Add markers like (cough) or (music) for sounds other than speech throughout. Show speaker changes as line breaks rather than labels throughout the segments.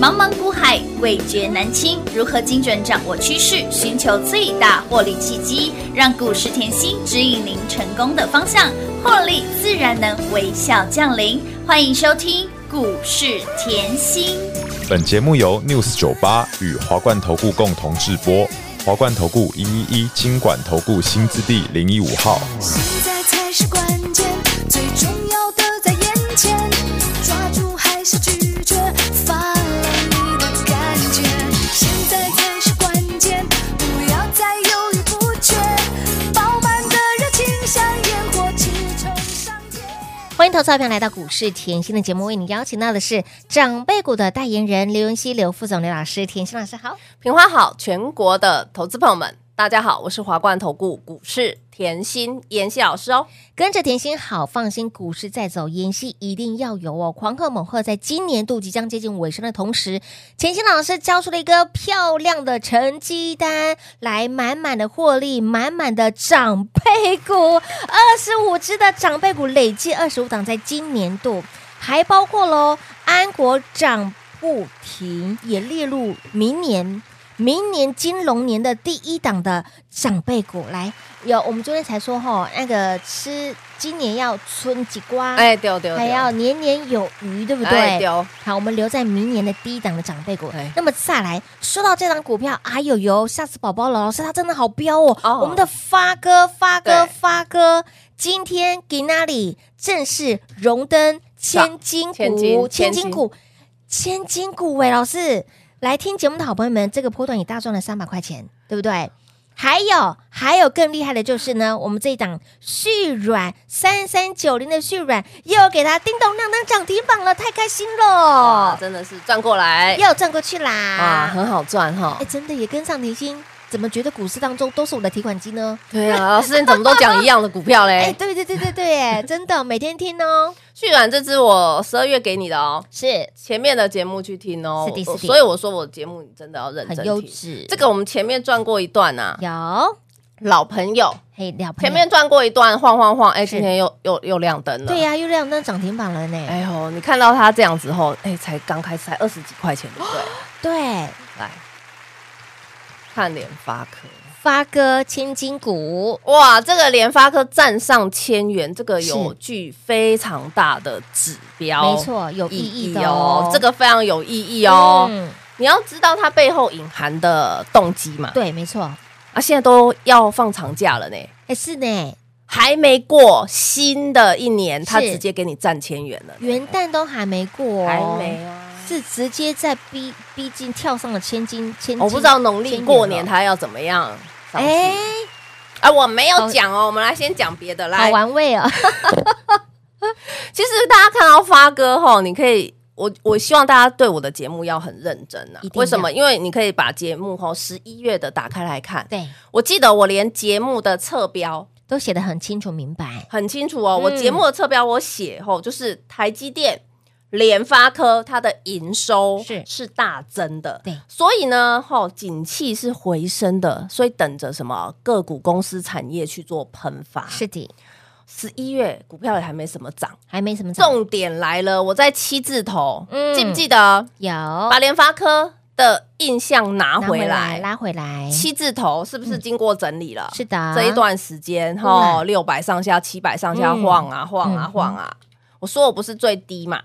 茫茫股海，味觉难清。如何精准掌握趋势，寻求最大获利契机，让股市甜心指引您成功的方向，获利自然能微笑降临。欢迎收听股市甜心。
本节目由 News 九八与华冠投顾共同制播，华冠投顾一一一金管投顾新字第零一五号。
现在才是关键，最重要的在眼前，抓住还是拒绝，发了你的感觉。现在才是关键，不要再犹豫不决，饱满的热情像烟火直冲上天。
欢迎投资者朋友来到股市甜心的节目，为你邀请到的是长辈股的代言人刘云熙、刘副总、刘老师、甜心老师好。
平花好，全国的投资朋友们，大家好，我是华冠投顾股市甜心妍希老师哦。
跟着甜心好，放心，股市在走，妍希一定要有哦。狂贺猛贺，在今年度即将接近尾声的同时，甜心老师交出了一个漂亮的成绩单，来满满的获利，满满的长辈股， (laughs) 二十五只的长辈股累计二十五档，在今年度还包括喽安国长不停也列入明年。明年金龙年的第一档的长辈股来，有我们昨天才说吼，那个吃今年要春几瓜，
哎，丢丢，
还要年年有余，对不哦
哎
对？
丢，
好，我们留在明年的第一档的长辈股
对。
那么再来说到这档股票，哎呦呦，吓死宝宝了！老师，它真的好飙哦！
哦
我们的发哥，发哥，
对
发哥，今天给那里正式荣登千金
千金
股，千金
千金
股，千金股喂，老师，来听节目的好朋友们，这个波段也大赚了三百块钱，对不对？还有还有更厉害的就是呢，我们这一档旭软三三九零的旭软又给它叮咚亮当涨停板了，太开心
啊
了，
真的是转过来
又转过去啦！
啊，
哎、
很好赚哈。
真的也跟上甜心，怎么觉得股市当中都是我的提款机呢？
对啊，老师你怎么都讲一样的股票
哎、 (laughs)
嘞？
对对对对对，哎，
(laughs)
真的每天听哦，
旭软这支我十二月给你的哦，
是
前面的节目去听哦。
是的
我
是的
所以我说我节目你真的要认
很
真
优
听。
质，
这个我们前面转过一段啊，
有
老朋友，
嘿聊朋
前
友
面转过一段，晃晃晃，哎，
是
今天又又又亮灯了。
对呀、又亮灯涨停板了呢，
哎呦，你看到它这样子后，哎，才刚开始，才二十几块钱，
(gasps)
对不对？
对，
来看联发科，
发哥千金股
哇，这个联发科站上千元，这个有
是
具非常大的指标，
没错，有意义的
哦
哦，，
这个非常有意义哦。
嗯
你要知道它背后隐含的动机嘛。
对，没错，
啊，现在都要放长假了呢。
哎，是呢，
还没过新的一年，它
是
直接给你站千元了，
元旦都还没过，哦
还没，啊？
是直接在逼逼近跳上了千金千金，
我不知道农历过年
千元了
它要怎么样上去。
哎
哎、，我没有
好
讲哦，我们来先讲别的。
好
来，
玩味
(laughs)
哦，
其实大家看到发哥吼，你可以，我我希望大家对我的节目要很认真啊
一定。要
为什么？因为你可以把节目吼十一月的打开来看。
对，
我记得我连节目的侧标
都写得很清楚明白，
很清楚哦，
嗯
我节目的侧标我写吼就是台积电。联发科它的营收
是
是大增的，
对
所以呢，吼、景气是回升的，所以等着什么个股公司产业去做喷发。
是的，
十一月股票也还没什么涨，
还没什么涨
重点来了，我在七字头，
嗯
记不记得
有
把联发科的印象拿
拿
回来？
拉回来，嗯
七字头是不是经过整理了？
是的，
这一段时间
啊嗯
哈，六百上下、七百上下
嗯
晃啊晃
嗯
啊
嗯
晃啊。我说我不是最低嘛，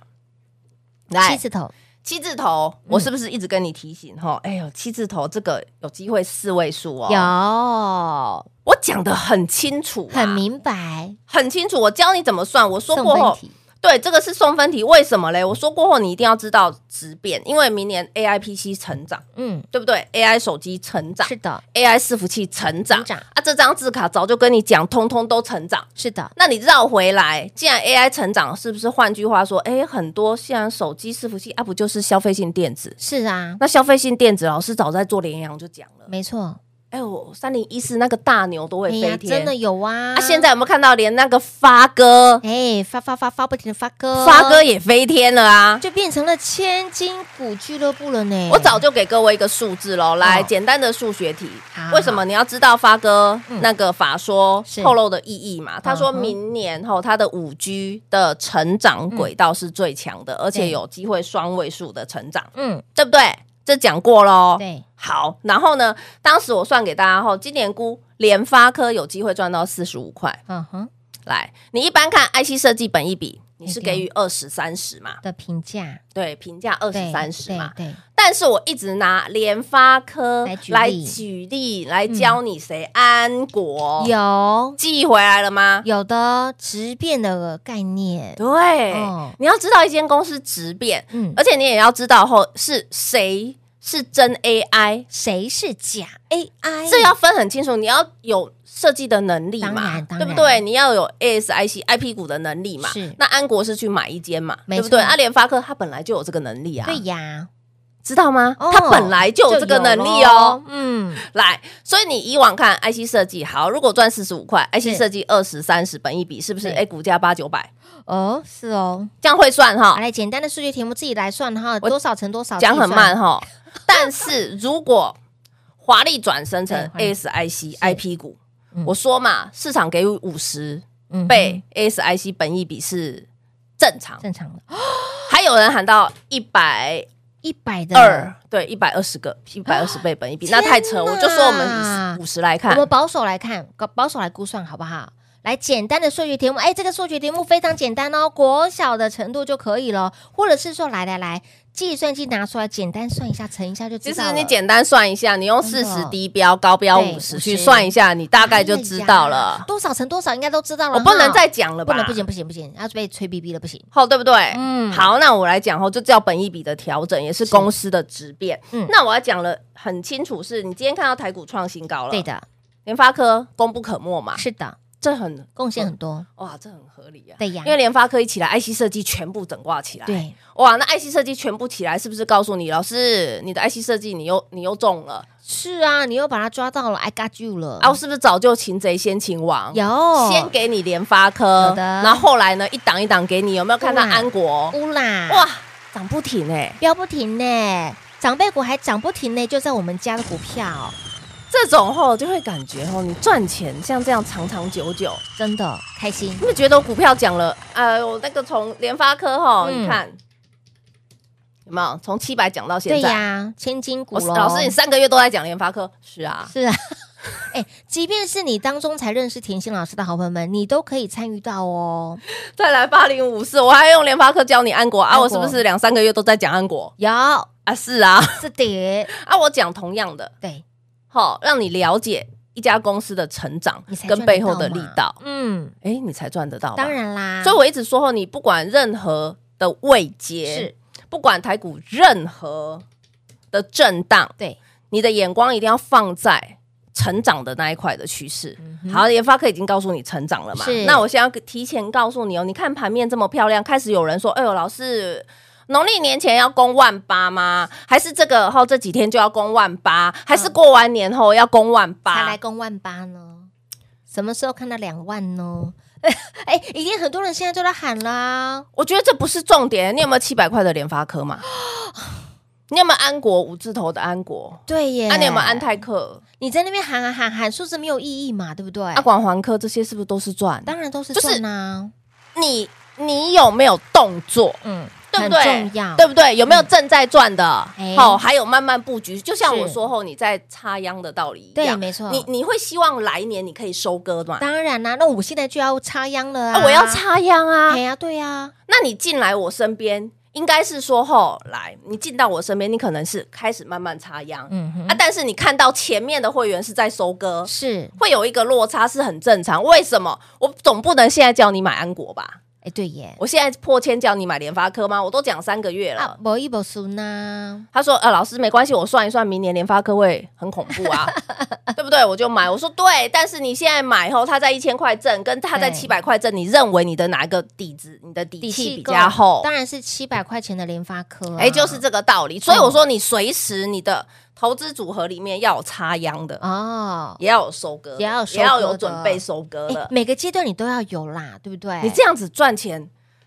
七
来
字嗯头
七字头，我是不是一直跟你提醒哈？哎呦，七字头这个有机会四位数哦。
有
我讲的很清楚啊，
很明白，
很清楚，我教你怎么算。我说
送
过
分
后，
题
对，这个是送分题，为什么嘞？我说过后，你一定要知道质变，因为明年 A I P C 成长，
嗯，
对不对？A I 手机成长
是的，
，A I 伺服器成长，
成长
啊，这张字卡早就跟你讲，通通都成长。
是的，
那你绕回来，既然 A I 成长，是不是换句话说，哎，很多像手机伺服器啊，不就是消费性电子？
是啊，
那消费性电子，老师早在做联阳就讲了，
没错，
哎呦，三零一四那个大牛都会
哎
飞
呀，
天，
真的有啊！
啊！现在有没有看到连那个发哥，
哎，发发发发不停的发哥，
发哥也飞天了啊！
就变成了千金股俱乐部了呢。
我早就给各位一个数字喽，
嗯
来、
哦
简单的数学题
好。
为什么你要知道发哥
嗯
那个法说
是
透露的意义嘛？他说
嗯哼
明年后他的五 G 的成长
嗯
轨道是最强的，而且有机会双位数的成长，
嗯，
对不对？这讲过喽。
对，
好，然后呢，当时我算给大家后，今年估联发科有机会赚到四十五块。
嗯哼
来，你一般看 IC 设计本一比，你是
哎对
给予二十三十嘛？
的评价，
对，评价二十
对
三十嘛。
对对，
但是我一直拿联发科
来举例
来举例，来教你谁安国
嗯有
记回来了吗？
有的质变的概念，
对
哦，
你要知道一间公司质变，
嗯，
而且你也要知道后是谁是真 AI，
谁是假 AI？
这要分很清楚，你要有设计的能力
当
嘛
然，当
对不
然
对？你要有 ASIC IP 股的能力嘛。
是
那安国是去买一间嘛，
没
对不对？
错
啊，联发科它本来就有这个能力啊，
对呀，
知道吗？
哦
它本来就有这个能力哦
就有咯。嗯，
来，所以你以往看 IC 设计好，如果赚四十五块
是
，IC 设计二十三十本一比，是不是？
对
哎，股价八九百，
哦，是哦，
这样会算
好
哈？
来简单的数学题目自己来算哈，
我
多少乘多少，
讲
自己算
很慢，哈。 (laughs) 但是如果华丽转身成
(laughs) 对华丽
ASIC IP 股
嗯，
我说嘛，市场给予五十
嗯哼
倍 ASIC 本一比是正常，
正常的，
还有人喊到一百
一百的
二，对，一百二十个，一百二
啊
十倍本一比，那太扯。我就说我们以五十来
我
看，
们保守来看，搞保守来估算好不好？来简单的数学题目，哎，这个数学题目非常简单哦，国小的程度就可以了，或者是说，来来来，计算机拿出来简单算一下，乘一下就
其
知
实
道了。
你简单算一下，你用四
真
十
的
低标、高标
对
五十去
50
算一下，你大概就
哎呀
知道了。
多少乘多少应该都知道了哈。
我不能再讲了
嗯
吧？
不能不行不行不行，要被吹逼逼了不行。
好，对不对？
嗯
好，那我来讲后，这叫本益比的调整，也是
是
公司的质变。
嗯
那我要讲了很清楚是，你今天看到台股创新高了，
对，的，
联发科功不可没嘛，
是的，
这很
贡献很多。
哇，这很合理啊。
对呀
嗯因为联发科一起来，IC 设计全部整挂起来，，
对，
哇，那 IC 设计全部起来，是不是告诉你老师，你的 IC 设计你又你又中了？
是啊，你又把它抓到了，I got you 了。
啊，我是不是早就擒贼先擒王？
有
先给你联发
哦有
科，
的
然后后来呢，一档一档给你，有没有看到
对嗯
安国？
乌啦，
哇，涨不停哎！
飙不停呢，长辈股还涨不停呢，就在我们家的股票，
这种吼就会感觉吼，你赚钱像这样长长久久，
真的开心。
你们觉得我股票讲了，呃，我那个从联发科吼，
嗯
你看有没有从七百讲到
对
现在？
呀，千金股
我
咯
老师，你三个月都在讲联发科，是啊，
是啊。 (laughs) 哎、即便是你当中才认识甜心老师的好朋友们，你都可以参与到哦。
再来八零五四，我还用联发科教你安国啊，
安国
我是不是两三个月都在讲安国
有
啊？是啊，
是的，
啊，我讲同样的，
对，
好、让你了解一家公司的成长
你才
跟
赚得
背后
到
的
嘛
力道，
嗯，
哎，你才赚得到。
当，然啦。
所以我一直说后，你不管任何的位阶，
是
不管台股任何的震荡，
对，
你的眼光一定要放在。成长的那一块的趋势，
嗯哼
好，研发科已经告诉你成长了嘛
是？
那我现在要提前告诉你哦，你看盘面这么漂亮，开始有人说，哎呦，老师，农历年前要攻万八吗？还是这个后这几天就要攻万八？还是
嗯
过完年后要攻万
才
八？
来攻万八呢，什么时候看到两万呢？ (laughs) 哎、已经很多人现在都在喊啦。
我觉得这不是重点。你有没有七百块的联发科嘛？你有没有安国五字头的安国？
对耶，
啊，你有没有安？泰克、
你在那边喊啊喊喊，数字没有意义嘛，对不对？
啊，广环科这些是不是都是赚？
当然都是
就是
赚啊，
你你有没有动作？
嗯，
对不
很
对？
重要，嗯
对不对？有没有正在赚的
哎？
好、还有慢慢布局，就像
是
我说后你在插秧的道理一
对，
样，
没错。啊
你你会希望来年你可以收割嘛？
当然啦、那我现在就要插秧了、啊
啊我要。插秧啊
哎！呀、对呀、
那你进来我身边，应该是说后来你进到我身边，你可能是开始慢慢插秧，
嗯哼，
啊，但是你看到前面的会员是在收割，
是，
会有一个落差是很正常。为什么？我总不能现在叫你买安国吧？
哎，对耶，
我现在破千叫你买联发科吗？我都讲三个月了。
啊，无一无输呢，
他说：“呃，老师没关系，我算一算，明年联发科会很恐怖
(laughs)
啊，对不对？”我就买。我说：“对，但是你现在买后，它在一千块挣，跟它在
对
七百块挣，你认为你的哪一个底子、你的底气比
够
较厚？哎
当然是七百块钱的联发科、啊，
哎，就是这个道理。所以我说，你随时你的投资组合里面要有插秧的，
哦，
也要有收割的，
也要有收割的
有准备收割
哎
的，。
每个阶段你都要有啦，对不对？
你这样子赚钱，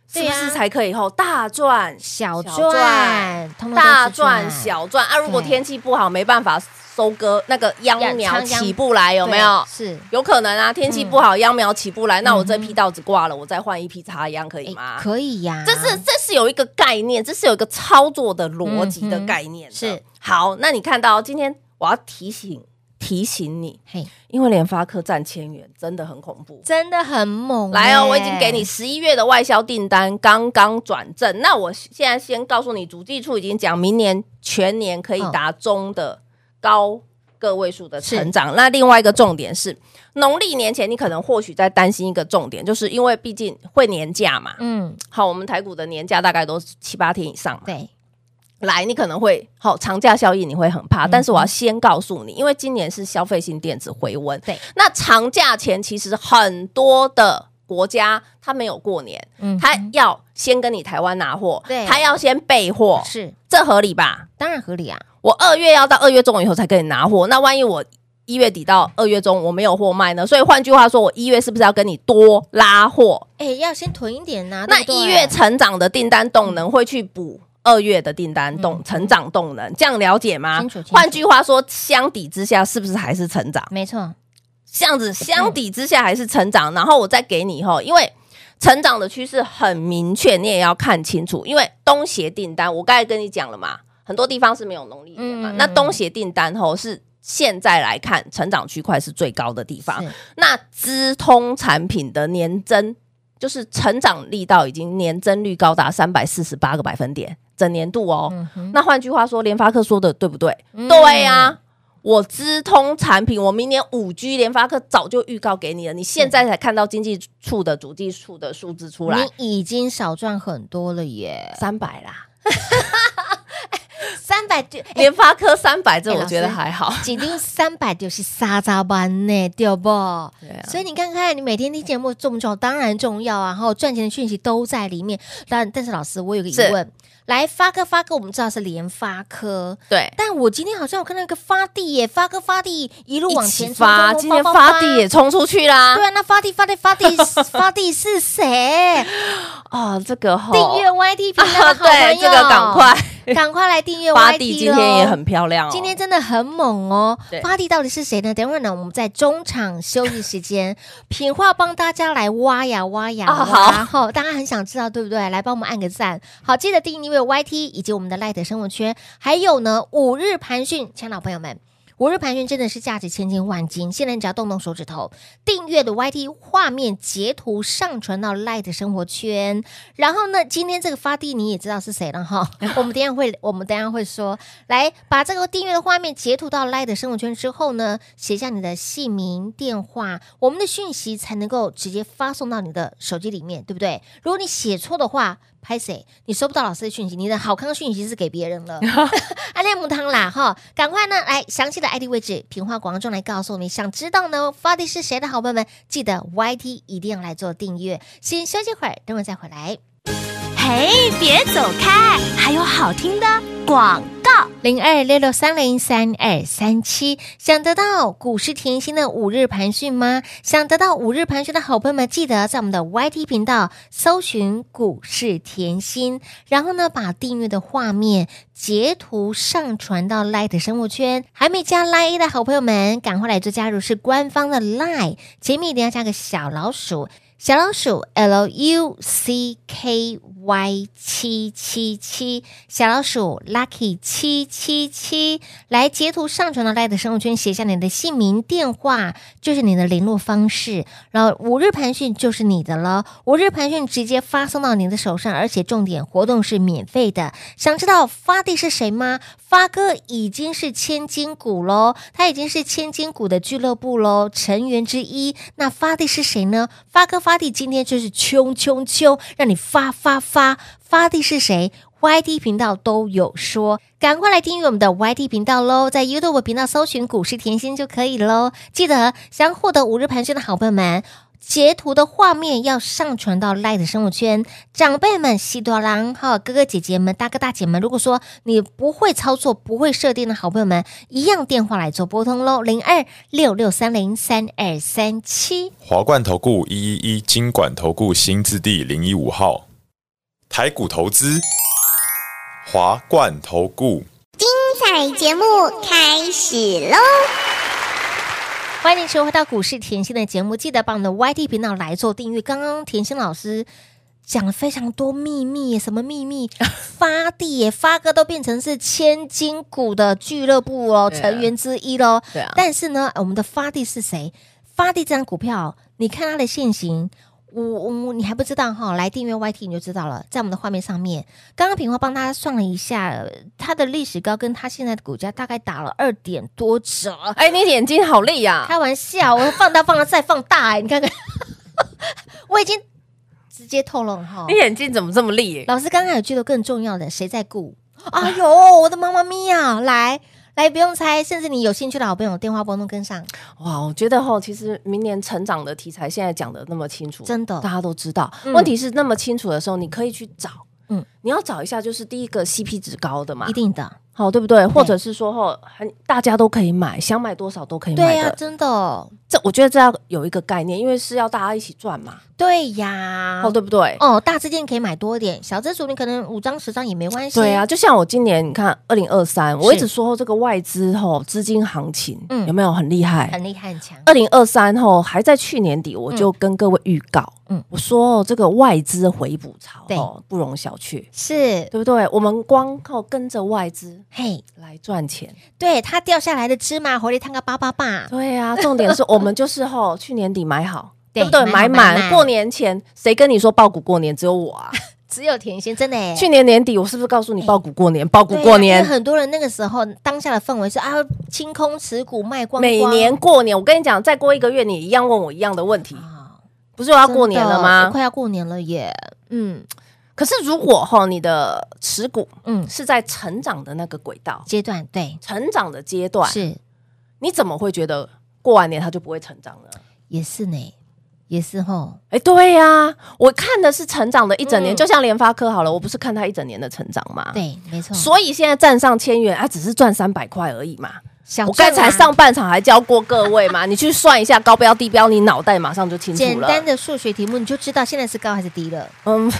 是
对
不
啊
是才可以以后大赚、
小
小
赚
赚，
通通都是
大赚小赚啊？如果
对
天气不好，没办法收割，那个秧
呀
苗
仓秧
起不来，有没
对嗯
有？
是
有可能啊，天气不好，秧苗起不来，那我这批稻子挂了，我再换一批插秧，可以
哎
吗？
嗯可以呀，
这是这是有一个概念，这是有一个操作的逻辑的概念的、
嗯哼是
好，那你看到今天我要提醒提醒你，
嘿，
因为联发科占千元真的很恐怖。
真的很猛欸。
来哦，我已经给你十一月的外销订单刚刚转正，那我现在先告诉你，主计处已经讲明年全年可以达中的高个位数的成长。那另外一个重点是，农历年前你可能或许在担心一个重点，就是因为毕竟会年假嘛，
嗯，
好，我们台股的年假大概都是七八天以上嘛。
对，
来，你可能会好长假效应，你会很怕，但是我要先告诉你，因为今年是消费性电子回温，
对，
那长假前其实很多的国家它没有过年，
嗯
它要先跟你台湾拿货，
对
它要先备货，
是
这合理吧？
当然合理啊，
我二月要到二月中以后才跟你拿货，那万一我一月底到二月中我没有货卖呢？所以换句话说，我一月是不是要跟你多拉货？
哎，要先囤一点呐。
那
啊对不
一
对
月成长的订单动能会去补二月的订单动、成长动能，这样了解吗
嗯清楚清？楚
换句话说，相抵之下是不是还是成长？
没错，
这样子相抵之下还是成长，然后我再给你后，因为。成长的趋势很明确，你也要看清楚，因为东协订单，我刚才跟你讲了嘛，很多地方是没有农历年嘛。
嗯嗯嗯
那东协订单吼是现在来看，成长区块是最高的地方。
是
那资通产品的年增，就是成长力道已经年增率高达三百四十八个百分点，整年度哦。
嗯哼，
那换句话说，联发科说的对不对？
嗯
对呀、我资通产品，我明年五 G 联发科早就预告给你了，你现在才看到经济处的主计处的数字出来，
你已经少赚很多了耶，
三百啦，
三百丢，哎
联发科三百，这
哎
我
老
觉得
师
还好。
一丢三百丢是沙扎班呢，对不？
对啊
所以你看看，你每天听节目重不重要？当然重要啊！然后赚钱的讯息都在里面。但但是老师，我有个疑
是
问，来发哥发哥，我们知道是联发科，
对，
但我今天好像有看到一个发地耶，发哥发地一路往
一
前
起
冲
发，今天发
冲冲
地。
冲
也冲出去啦
对。啊，那发地发地发地 (laughs) 发地是谁？
哦，这个吼啊
订阅 YT 频道的好朋友，
(laughs) 对这个赶
(laughs)
快。
赶快来订阅 YT
巴蒂今天也
咯
很漂亮哦，
今天真的很猛哦
对！
巴蒂到底是谁呢？等会儿呢，我们在中场休息时间，品话帮大家来挖呀挖呀
啊
挖，后、大家很想知道对不对？来帮我们按个赞，好，记得订阅 YT 以及我们的 Light 生活圈，还有呢五日盘讯，亲爱的老朋友们。五日盘讯真的是价值千金万金，现在你只要动动手指头，订阅的 YT 画面截图上传到 Light 生活圈，然后呢，今天这个发地你也知道是谁了哈，我们等一下会我们等一下会说，来把这个订阅的画面截图到 Light 的生活圈之后呢，写下你的姓名、电话，我们的讯息才能够直接发送到你的手机里面，对不对？如果你写错的话，拍谁？你收不到老师的讯息，你的好康讯息是给别人了。阿列姆汤啦哈，赶快呢来详细的 ID 位置，平话广告中来告诉我们。想知道呢发的是谁的好朋友们，记得 YT 一定要来做订阅。先休息会儿，等会儿再回来。
嘿，别走开，还有好听的广告。
零二六六三零三二三七。想得到股市甜心的五日盘讯吗？想得到五日盘讯的好朋友们，记得在我们的 YT 频道搜寻“股市甜心”，然后呢，把订阅的画面截图上传到 Light 生活圈。还没加 Light 的好朋友们，赶快来做加入，是官方的 Light，前面一定要加个小老鼠。小老鼠 L U C K Y 七七七，小老鼠 Lucky 七七七，来截图上传到赖的生活圈，写下你的姓名、电话，就是你的联络方式。然后五日盘讯就是你的了，五日盘讯直接发送到你的手上，而且重点活动是免费的。想知道发弟是谁吗？发哥已经是千金股喽，他已经是千金股的俱乐部喽，成员之一。那发弟是谁呢？发哥发弟今天就是冲冲冲，让你发发发！发弟是谁？YT 频道都有说，赶快来订阅我们的 YT 频道喽，在 YouTube 频道搜寻“股市甜心”就可以喽。记得想获得五日盘讯的好朋友们。截图的画面要上传到 Light 的生活圈，长辈们、西多郎哈哥哥姐姐们、大哥大姐们，如果说你不会操作、不会设定的好朋友们，一样电话来做拨通喽，零二六六三零三二三七。
华冠投顾一一一金管投顾新字第零一五号，台股投资，华冠投顾。
彩节目开始喽！
欢迎收回到股市甜心的节目，记得帮我们的 YT 频道来做订阅。刚刚甜心老师讲了非常多秘密，什么秘
(laughs)
密？发地耶，发哥都变成是千金股的俱乐部哦，
对啊
成员之一喽。
对啊
但是呢，我们的发地是谁？发地这张股票，你看它的现形。我我你还不知道哈，来订阅 YT 你就知道了，在我们的画面上面，刚刚品花帮大家算了一下，呃它的历史高跟它现在的股价大概打了二点多折，
哎，你眼睛好利呀、
开玩笑，我放大放大再放大、哎，你看看， (laughs) 我已经直接透露了哈
你。眼睛怎么这么利、
老师刚刚有觉得更重要的，谁在
(laughs)
顾？哎呦，我的妈妈咪呀、来来，不用猜，甚至你有兴趣的好朋友，电话拨通跟上，
哇，我觉得吼，其实明年成长的题材现在讲的那么清楚，
真的
大家都知道。
嗯
问题是那么清楚的时候，你可以去找，
嗯
嗯，你要找一下，就是第一个 CP 值高的嘛
一，定的，
好对不对？或者是说吼，很大家都可以买，想买多少都可以
对啊
买
呀、
的。
真的，
这我觉得这要有一个概念，因为是要大家一起赚嘛，
对呀，
哦对不对？
哦，大资金可以买多一点，小资主你可能五张十张也没关系，
对啊，，就像我今年，你看二零二三，我
是
一直说这个外资吼资金行情
嗯
有没有很厉害？
很厉害很强，
二零二三后还在去年底，我就跟各位预告，
嗯
嗯，我说哦这个外资回补潮
对
哦不容小觑，
是，
对不对？我们光靠跟着外资
嘿，
来赚钱，
对，它掉下来的芝麻回来探个八八八，
对啊。重点
(laughs)
是我们就是吼去年底买好，
对
对不对？
买好买
买
满
满，过年前谁跟你说爆股过年？只有我啊！
只有甜心真的哎，
去年年底我是不是告诉你爆股过年？爆股
对
过
因
年
为，很多人那个时候当下的氛围是啊，清空持股卖光光
每年过年，我跟你讲，再过一个月你一样问我一样的问题，
啊，
不是又要过年了
真的
吗？
快要过年了耶，嗯
可是如果吼你的持股
嗯，
是在成长的那个轨道。
阶段对
成长的阶段，
是
你怎么会觉得过完年它就不会成长呢？
也是呢，也是吼，
哎，对呀、我看的是成长的一整年，
嗯
就像联发科好了，我不是看它一整年的成长吗？，
对，嗯没错，
所以现在站上千元，啊，只是赚三百块而已嘛。
小
我
赚
刚
啊
才上半场还教过各位嘛，你去算一下高标低标，你脑袋马上就清楚
简
了。
单的数学题目你就知道现在是高还是低了，
嗯，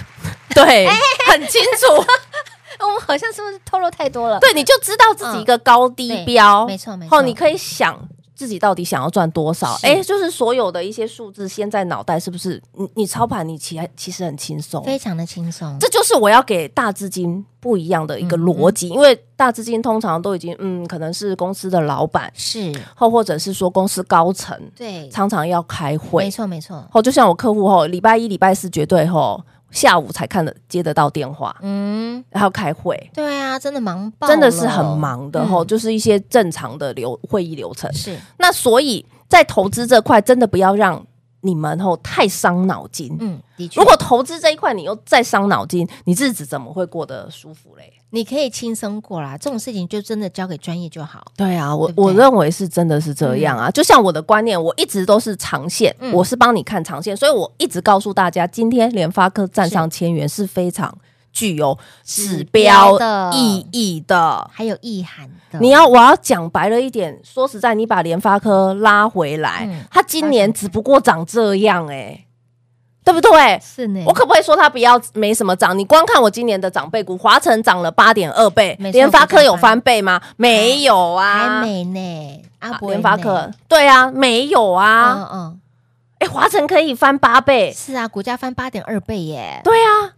对，很清楚， (laughs)
我
哦
们好像是不是透露太多了？
对，你就知道自己一个高低标，
嗯对没错没错
后哦你可以想。自己到底想要赚多少？
是
哎，就是所有的一些数字，先在脑袋是不是？你你操盘，你其其实很轻松，
非常的轻松，
这就是我要给大资金不一样的一个
嗯
逻辑，因为大资金通常都已经嗯，可能是公司的老板，
是
或或者是说公司高层，
对，
常常要开
没
会，
错没错，
哦，就像我客户吼，礼拜一、礼拜四绝对吼下午才看得接得到电话，
嗯，
然后开会，
对啊，真的忙爆，
真的是很，忙的
嗯
吼，就是一些正常的流会议流程。
是
那所以在投资这块，真的不要让你们吼太伤脑筋。
嗯，的确，
如果投资这一块你又再伤脑筋，你日子怎么会过得舒服嘞？
你可以轻松过啦，这种事情就真的交给专业就好。
对啊，我
对不对
我认为是真的是这样啊。就像我的观念，我一直都是长线，
嗯
我是帮你看长线，所以我一直告诉大家，今天联发科站上千元是非常具有指
标
标
的
意义的。
还有意涵的。
你要我要讲白了一点，说实在，你把联发科拉回来，
嗯
它今年只不过长这样哎、对不对？
是呢，
我可不可以说它不要没什么涨？你光看我今年的长辈股，华晨涨了八点二倍
没，错
联发科有翻倍吗？没有
还
啊，
美呢，阿
啊
伯
联发科对啊，没有啊。
嗯
哎，华晨可以翻八
嗯，
倍，
是啊，股价翻八点二倍耶，
对啊。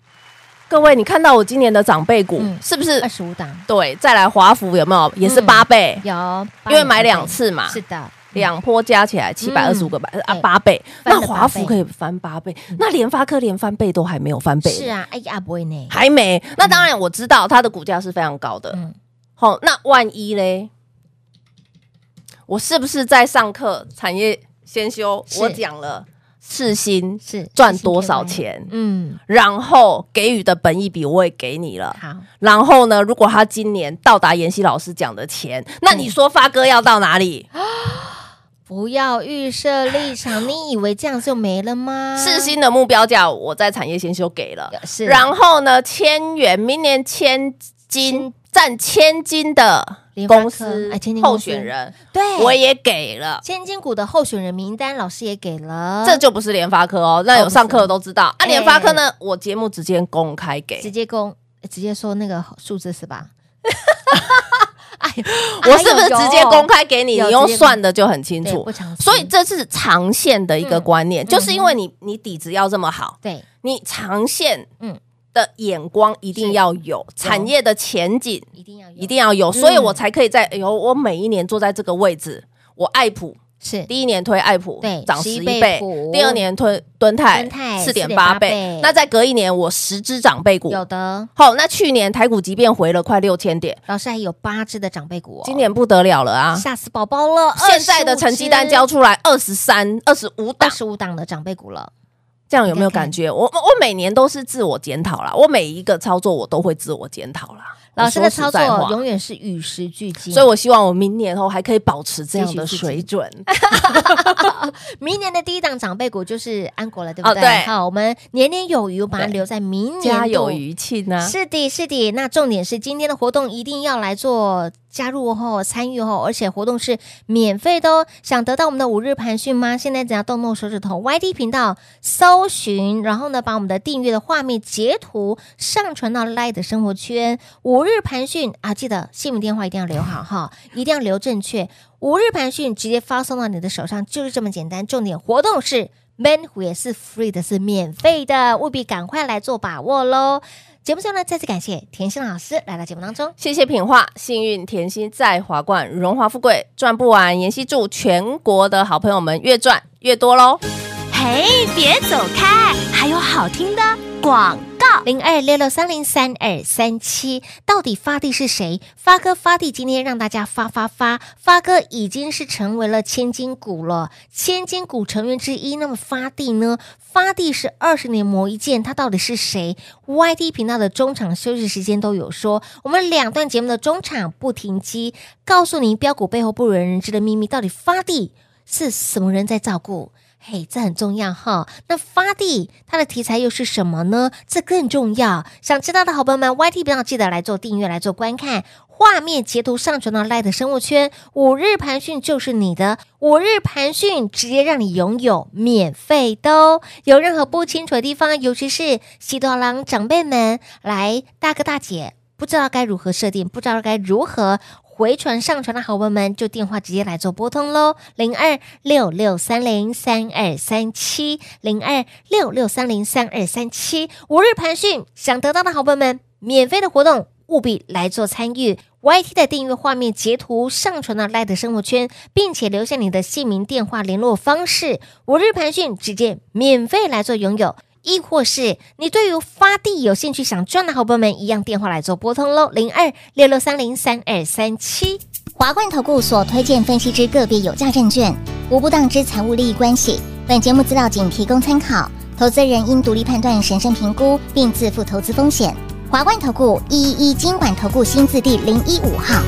各位，你看到我今年的长辈股
嗯
是不是
二？十五档
对，再来华孚有没有也是
嗯
八倍？
有，
因为买两次嘛，
是的，
两波加起来七百二十五个百啊
对
八倍，
嗯哎翻
那
了
华
八倍嗯
孚可以翻八倍，那联发科连翻倍都还没有翻倍，
是啊，哎呀，阿伯呢，
还没。那当然我知道它的股价是非常高的，
嗯，
好，那万一嘞，我是不是在上课产业先修？
是
我讲了，世新
是
赚多少？钱，
嗯，
然后给予的本益比我也给你了。
好，
然后呢，如果他
嗯
今年到达妍希老师讲的钱，那你说发哥要到哪里？
不要预设立
(laughs)
场，你以为这样就没了吗？
世新的目标价我在产业先修给了，
嗯是，
然后呢，千元明年千金占千金的
联发科
公司
哎千金公司哎
候选人，
对，
我也给了。
千金股的候选人名单，老师也给了，
这就不是联发科哦，那有上课的都知道啊。
哎
联发科呢，我节目直接公开
直
给，
接公直接说那个数字是
(laughs)
吧？哎呦，
我是不是
哎呦
直接公？开给你？
有
你
直
用
接
算的就很清
对
楚
不常。思
所以这是长线的一个
嗯
观念，就是因
嗯
为你你底子要这么好，
对，
你长线
嗯
的眼光一定要有，产业的前景
一定要有
一定要有，所以我才可以在哎呦，我每一年坐在这个位置，我爱普。
是
第一年推爱普，
对
涨十
11
一
倍
倍
普；
第二年推敦泰
敦泰，
四点
4.8
八
倍
倍。那再隔一年，我十只长辈股。
有的。
好，那去年台股即便回了快六千点，
老师还有八只的长辈股哦，
今年不得了了啊！
吓死宝宝了。
现在的成绩单交出来二十三、二十五
二
档，
十五档的长辈股了，
这样有没有
啊你看看
感觉？我我我每年都是自我检讨啦，我每一个操作我都会自我检讨啦。
老师的
我说
操
实在
作
话
永远是与时俱进，
所以我希望我明年哦后还可以保持这样
继
的
续自己
水准。
明年的第一档长辈股就是安国了，对不
哦
对？
对
好，我们年年有余，我把它
对
留在明年
家有
度
余庆啊呢、
是的，是的。那重点是今天的活动一定要来做加入哦，参与哦，而且活动是免费的哦。想得到我们的五日盘讯吗？现在只要动动手指头，YD 频道搜寻，然后呢，把我们的订阅的画面截图上传到 Light 的生活圈。五日盘讯啊，记得姓名电话一定要留好哈，一定要留正确。五日盘讯直接发送到你的手上，就是这么简单。重点活动是 Man 虎也是 free 的，是免费的，务必赶快来做把握喽！节目最后呢，再次感谢甜心老师来到节目当中。
谢谢品画，幸运甜心在华冠，荣华富贵赚不完。妍希祝全国的好朋友们越赚越多喽！
嘿，别走开，还有好听的广告。
零二六六三零三二三七，到底发弟是谁？发哥发弟今天让大家发发发，发哥已经是成为了千金股了，千金股成员之一。那么发弟呢？发弟是二十年磨一剑，他到底是谁？YT 频道的中场休息时间都有说，我们两段节目的中场不停机，告诉您标股背后不为人知的秘密，到底发弟是什么人在照顾？嘿，这很重要哈。那发地它的题材又是什么呢？这更重要。想知道的好朋友们，YT 频道记得来做订阅，来做观看。画面截图上传到 Light 的生物圈，五日盘讯就是你的，五日盘讯直接让你拥有免费的哦。有任何不清楚的地方，尤其是喜多郎长辈们，来大哥大姐不知道该如何设定，不知道该如何回传上传的好朋友们，就电话直接来做拨通喽，零二六六三零三二三七，零二六六三零三二三七。五日盘讯，想得到的好朋友们，免费的活动务必来做参与。YT 的订阅画面截图上传到 Light 的生活圈，并且留下你的姓名、电话、联络方式。五日盘讯直接免费来做拥有。亦或是你对于发地有兴趣想赚的好朋友们，一样电话来做拨通喽，零二六六三零三二三七。
华冠投顾所推荐分析之个别有价证券，无不当之财务利益关系。本节目资料仅提供参考，投资人应独立判断、审慎评估，并自负投资风险。华冠投顾一一一金管投顾新字第零一五号。